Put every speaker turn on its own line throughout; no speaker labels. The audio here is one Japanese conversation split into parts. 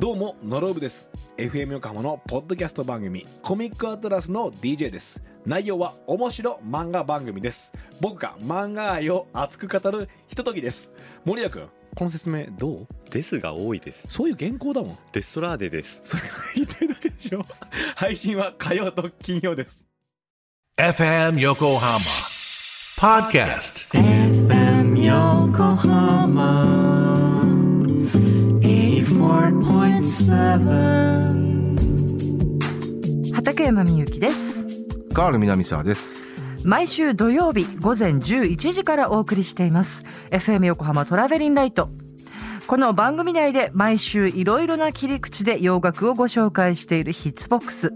どうもノロブです FM 横浜のポッドキャスト番組コミックアトラスの DJ です内容は面白漫画番組です僕が漫画愛を熱く語るひとときです森谷君この説明どう
ですが多いです。
そういう原稿だもん
デストラーデです。
それが言ってるだけでしょ配信は火曜と金曜です
FM Yokohama Podcast.
FM Yokohama 84.7
畠山みゆきです
カール南沢です。
毎週土曜日午前11時からお送りしています FM 横浜トラベリンライトこの番組内で毎週いろいろな切り口で洋楽をご紹介しているヒッツボックス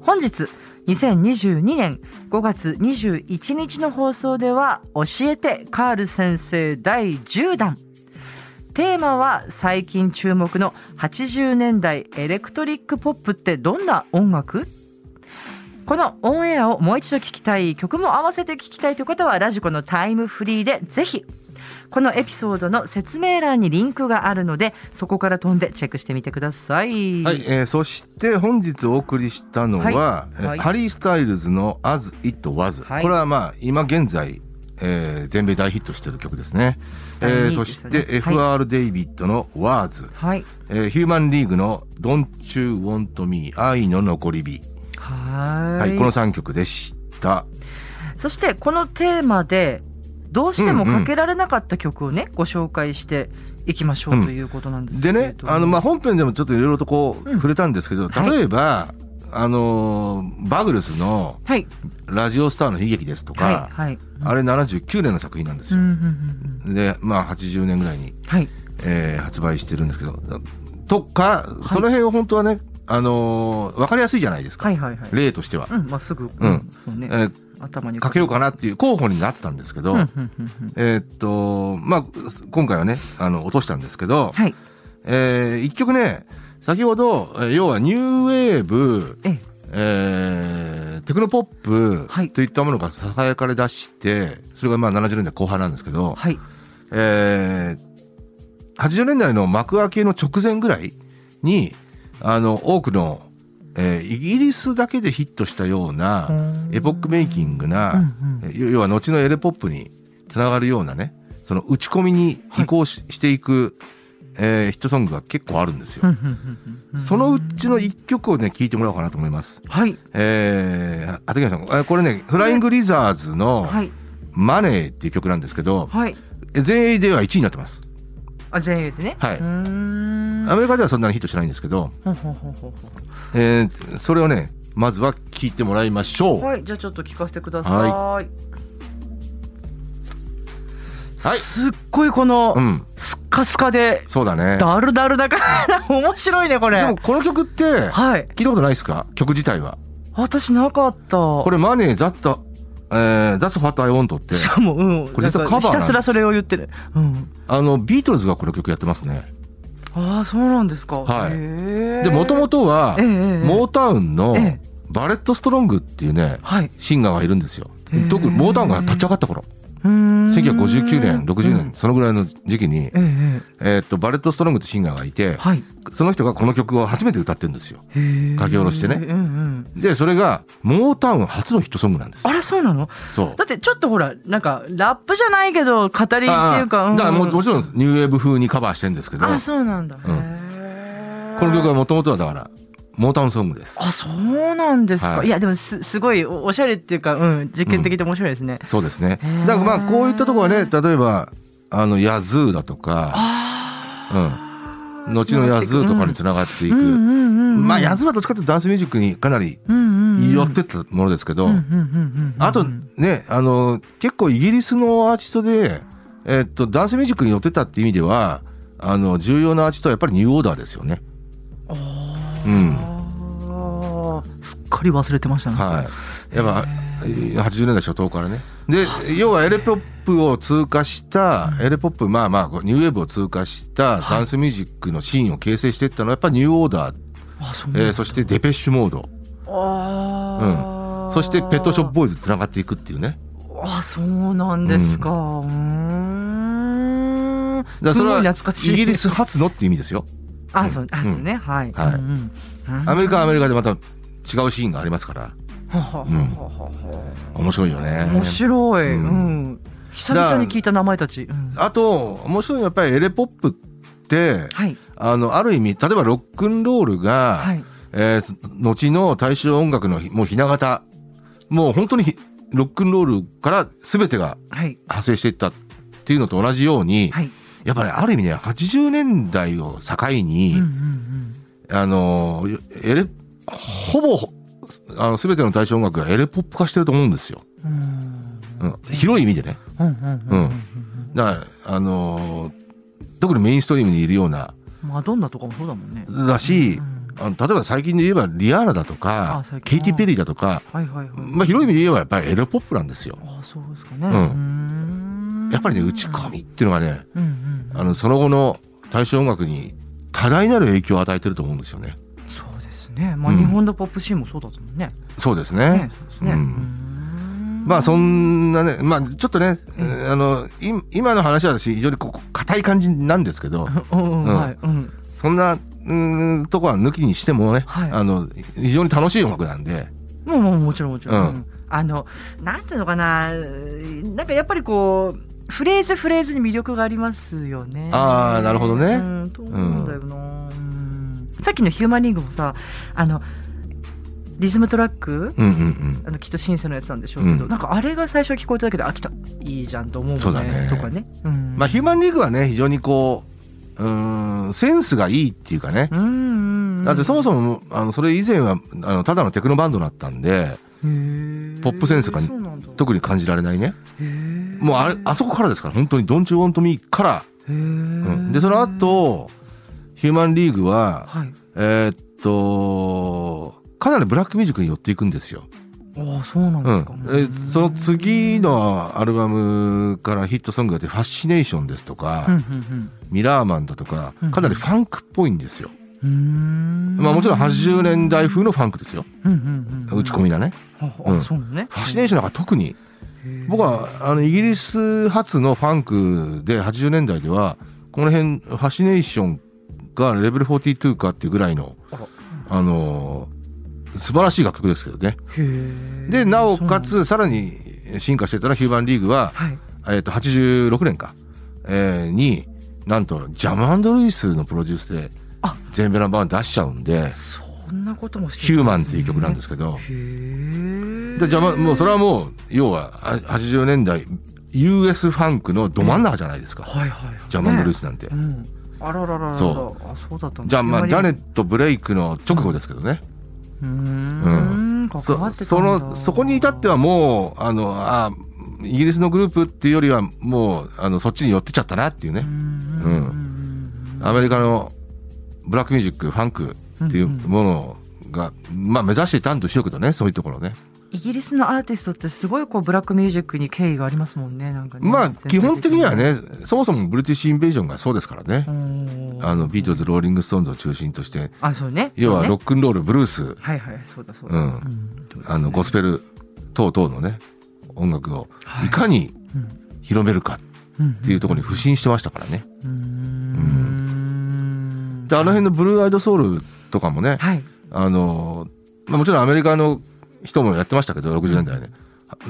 本日2022年5月21日の放送では教えてカール先生第10弾テーマは最近注目の80年代エレクトリックポップってどんな音楽このオンエアをもう一度聞きたい曲も合わせて聞きたいという方はラジコのタイムフリーでぜひこのエピソードの説明欄にリンクがあるのでそこから飛んでチェックしてみてください。
はい、えーそして本日お送りしたのは、
はいはい
えーハリー・スタイルズの「As It Was、
はい
これはまあ今現在、えー全米大ヒットしてる曲ですね。
大
えー
人
そ
気です
し
よね
て F.R. デイビッドの「Words、
はい、
えーヒューマンリーグの「Don't You Want Me」「愛の残り火」
は
はいい、この3曲でした。
そしてこのテーマでどうしてもかけられなかった曲をね、ご紹介していきましょう
うん
ということなんですけ
で
れども
ね、あのまあ本編でもちょっといろいろとこう触れたんですけど、
はい
例えば、あのーバグルスの「
はい
ラジオスターの悲劇」ですとか、
はいはい
あれ79年の作品なんです
うん
よ
う。んうんうん
で、まあ80年ぐらいに、
はい
えー発売してるんですけど、とか、その辺を本当はね、あのーわかりやすいじゃないですか。
はいはいはい
例としては。
うんまあすぐ、
うん
そうね
えー
頭に
かけようかなっていう候補になってたんですけど、
うんうんうんうん
えーっと、まあ、今回はね、あの、落としたんですけど、
はい
えー一曲ね、先ほど、えー要はニューウェーブ、
ええ
えーテクノポ
は
ッ
い
プといったものがささやかれ出して、それがまあ70年代後半なんですけど、
はい
えー80年代の幕開けの直前ぐらいにあの多くの、えーイギリスだけでヒットしたようなエポックメイキングな、え要は後のエレポップにつながるようなねその打ち込みに移行し,、ていく、えーヒットソングが結構あるんですよ。
うんうんうんうん
そのうちの一曲をね聴いてもらおうかなと思います。
はい
えー、畠山さん、えーこれね、フライングリザーズの
はい
マネーっていう曲なんですけど、
はい
全英では1位になってます。
あ前衛でね
はいう
ーん
アメリカではそんなにヒットしないんですけど、
ほうほうほうほうほ
えーそれをね、まずは聞いてもらいましょう。
うはいじゃあちょっと聞かせてください
はいはい
すっごいこの
うん、
スッカスカで
そうだね。
ダルダルだから 面白いねこれ
でもこの曲って、
はい
聞いたことないですか曲自体は。
私なかった
これ、マネー、ザッタ、えー、ザッツファットアイオントって、
しかもうん
これ実はカバーな
ひ
んです
たすらそれを言ってるうん
あの、ビートルズがこの曲やってますね。
ああそうなんですか。
はい
い
で、もともとは、
ええ
モータウンの
ええ
バレット・ストロングっていうね、
はい。
シンガーがいるんですよ
へえ。
特にモータウンが立ち上がった頃、
うーん
1959年、60年、。そのぐらいの時期
え、
に
ええ
えーっと、バレット・ストロングってシンガーがいて
え、はい。
その人がこの曲を初めて歌ってるんですよ。
へえ
書き下ろしてね
うんうん。
で、それが、モータウン初のヒットソングなんです。
あれそうなの？
そう。
だってちょっとほらなんかラップじゃないけど語りっていう
ああ
か。うんうん
だからももちろん、ニューウェーブ風にカバーしてるんですけど、こ
あそうなんだ。
うん
へえ
の曲はもともとはだから、モータウンソングです。
あそうなんですか。
はい
いやでもすすごいおおしゃれっていうかうん実験的で面白いですね。
そうですね
へえ。
だからまあ、こういったところはね、例えば、あの、ヤズーだとか、うん。後のヤズーとかにつながっていく。
うんうんうんうん。
まあ、ヤズーはどっちかというとダンスミュージックにかなり
うんうんうん
寄ってったものですけど、
うんうんうんうん
あとね、あの、結構イギリスのアーティストで、えっと、ダンスミュージックに寄ってたって意味では、あの、重要なアーティストはやっぱりニューオーダーですよね。うん。
あーすっかり忘れてましたね。
はい。やっぱ、80年代初頭からね。で、要はエレポップを通過した、エレポップ、まあまあ、ニューウェーブを通過したダンスミュージックのシーンを形成していったのは、やっぱニューオーダー、
あそう
えーそしてデペッシュモード、
あー
そしてペットショップボーイズつながっていくっていうね。
あそうなんですか。うーん。
だから
す
それ
ごい
は
懐かしい。
イギリス。初のって意味ですよ。
あ、そう、あ、
うん
そうね、はい。
はい
うんうん
アメリカはアメリカでまた違うシーンがありますから
ほうほうほうほうほ
面白いよね
う面白い。う
うん
ん。久々に聞いた名前たち。うん
あと面白いのはやっぱりエレポップって
はい。
あのある意味例えばロックンロールが、
はい。
えー後の大衆音楽のひもうひな形もう本当にひロックンロールから全てが
はい。
派生していったっていうのと同じように、
はい。
やっぱり、ね、ある意味ね80年代を境に、
うんうんうん。
あのエレほぼあの全ての大衆音楽がエレポップ化してると思うんですよ、
うん
うん、広い意味でね
うんうんうんうん
だからあの特にメインストリームにいるような
うん。マドンナとかもそうだもんね。
だし、
うん
あの例えば最近で言えばリアーナだとか
あ最近
ケイティ・ペリーだとか、
はいはいはい。
まあ、広い意味で言えばやっぱりエレポップなんですよ
あ、そうですかね。
ん
ん
やっぱりね打ち込。みっていうのがね
うんうんうん。
あのその後の大衆音楽に多大なる影響を与えてると思うんですよね
そうですね。まあ
うん
日本のポップシーンもそうだったもんね。
そうですね
ね、そうですね。
う
うんん
まあそんなね、まあちょっとね、えーあの、い今の話は私非常にここ硬い感じなんですけど、
うん、
うん
はい、うん、
そんな、うーん、とこは抜きにしてもね、
はい
あの、非常に楽しい音楽なんで、
もうもうもちろんもちろん、
うん
うんあのなんていうのかななんかやっぱりこうフレーズフレーズに魅力がありますよね
あーなるほどね
うんと思うんだよな、うんさっきの「ヒューマンリング」もさあのリズムトラック
うんうんうん。
あのきっとシンセのやつなんでしょうけど、
うん
なんかあれが最初聞こえただけで飽きたいいじゃんと思うもんね
そうだね
とかね、うん、
まあヒューマンリーグはね、非常にこう、うーん、センスがいいっていうかね、
うんうんうん
だってそもそも、あの、それ以前は、あの、ただのテクノバンドだったんで、
へ
ポップセンスが
そうなんだ
特に感じられないね。
へー
もうあれ、あそこからですから、本当に、ドンチュウォントミーから、
へー
うんで、その後、ヒューマンリーグは、
はい
えーっと、かなりブラックミュージックに寄っていくんですよ。
ああそうなん
う
ですか、
ん、えその次のアルバムからヒットソングが出て「ファッシネーション」ですとか「
うんうん
ミラーマン」だとか
うん
かなりファンクっぽいんですよ、
うんうーん
まあ、もちろん80年代風のファンクですよ
うんうんうん
打ち込みだね、
あ
う
あ
ん
そうね
ファッシネーションなんか特に僕はあのイギリス発のファンクで80年代ではこの辺ファッシネーションがレベル42かっていうぐらいの
あら
あのー素晴らしい楽曲ですけどね
へー
でなおか
そう
つさらに進化してたらヒューマンリーグは、
なんだはい
えっと86年か、えーになんとジャムアンド・ルイスのプロデュースで
あ
全米ナンバーワン出しちゃうんで
そんなことも
「
して
ヒューマン」っていう曲なんですすけど
ねへえ
でジャマもうそれはもう要はあ80年代 US ファンクのど真ん中じゃないですか、
はいはいはい
ジャムアンド・ルイ
ね
スなんて。
うんあららららら
そ
あそうだったんだ
じゃあまあジャネ
う
ット・ブレイクの直後ですけどね、
ーん関わ
そ
ってたんだ
そのそこに至ってはもうあのあイギリスのグループっていうよりはもうあのそっちに寄ってちゃったなっていうね
う、ん
うんアメリカのブラックミュージックファンクっていうものが、まあ目指していたんでしょうけどねそういうところね
イギリスのアーティストってすごいこうブラックミュージックに敬意がありますもんねなんかね
まあ
全体
基本的にはねそもそもブリティッシュインベージョンがそうですからね
う、ん
あのビートルズローリング・ストーンズを中心として
あそうね
要は
そう
ロ
ね
ックンロールブルース
はいはいそうだそう
う
だ、
んあのゴス
ペ
ペル等々のね音楽をいかに広めるかっていうところに不信してましたからね。
うーん
であの辺のブルーアイドソウルとかもね、
はい
あの、まあ、もちろんアメリカの人もやってましたけど、60年代ね。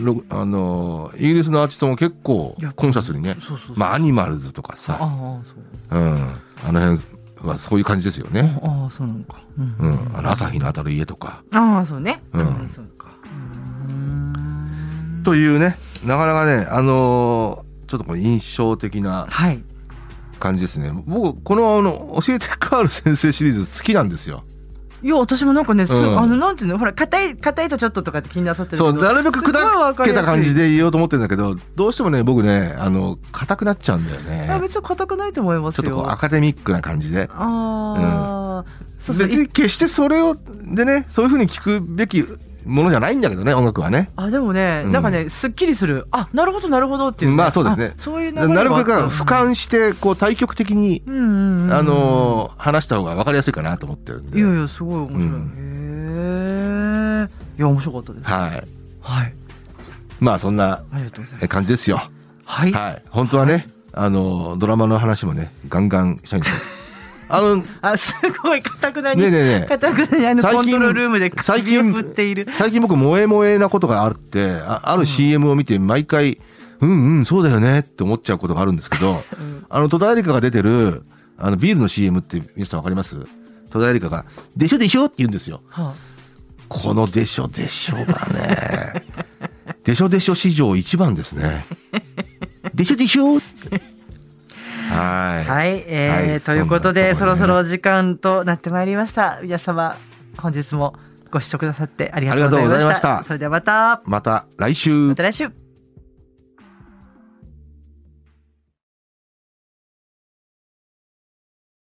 ろあの、イギリスのアーティストも結構
いや
コンシャスにね
そうそうそ、う
まあ、アニマルズとかさ、
ああそう
うん、あの辺はそういう感じですよね。
ああそうなのか、うん
うん、あの朝日の当たる家とか。
ああそうね、
うん
そうかうーん
というね、なかなかね、あのちょっとこう印象的な
はい
感じですね。僕、この、あの、教えてカール先生シリーズ好きなんですよ。
いや私もなんかね、す
うん
あのなんていうのほら硬い硬いとちょっととかって気になさってるけ
そ
ど
う、なるべく
すごいわ
砕
かり
け
やす
た
い
感じで言おうと思ってるんだけど、どうしてもね、僕ね、あの、硬くなっちゃうんだよ
いや
ね。
別に硬くないと思います
ちょ
よ
っとこう、アカデミックな感じで。
ああ、そうそう
別に決してそれを、でね、そういうふうに聞くべきものじゃないんだけどね、音楽はね。
あでもね、
うん
なんかねすっきりするあなるほどなるほどっていうね、
まあそうですね
あそういう流れ
なる
があ
べくだから
った
俯瞰して、こう、対極的に、
うんうんうんうん
あのー、話した方が分かりやすいかなと思ってるん
いやい
で。
やすごい面白い、へえいや面白かったです
はい。
はい
まあ、そんな
ありがとうございます
感じですよ。
はい、
はい。本当はね、あのー、ドラマの話もね、ガンガンしたいんですよ。あの
あすごいかたくなに
ねえねえねえ
かたくなにあのコントロールルームで
最近
振っている
最近僕萌え萌えなことがあってあある CM を見て毎回うんうんそうだよねって思っちゃうことがあるんですけど、あの戸田恵梨香が出てるあのビールの CM って皆さんわかります戸田恵梨香が「でしょでしょ」って言うんですよ
は
このでしょでしょがね でしょでしょ史上一番で すねでしょでしょってはい
あはい、え
は
ーということでそ
んな
ろ
と
そ
こね
ろお時間となってまいりました皆様本日もご視聴くださってありがとうございました
ありがとうございました
それではまた
また来週
また来週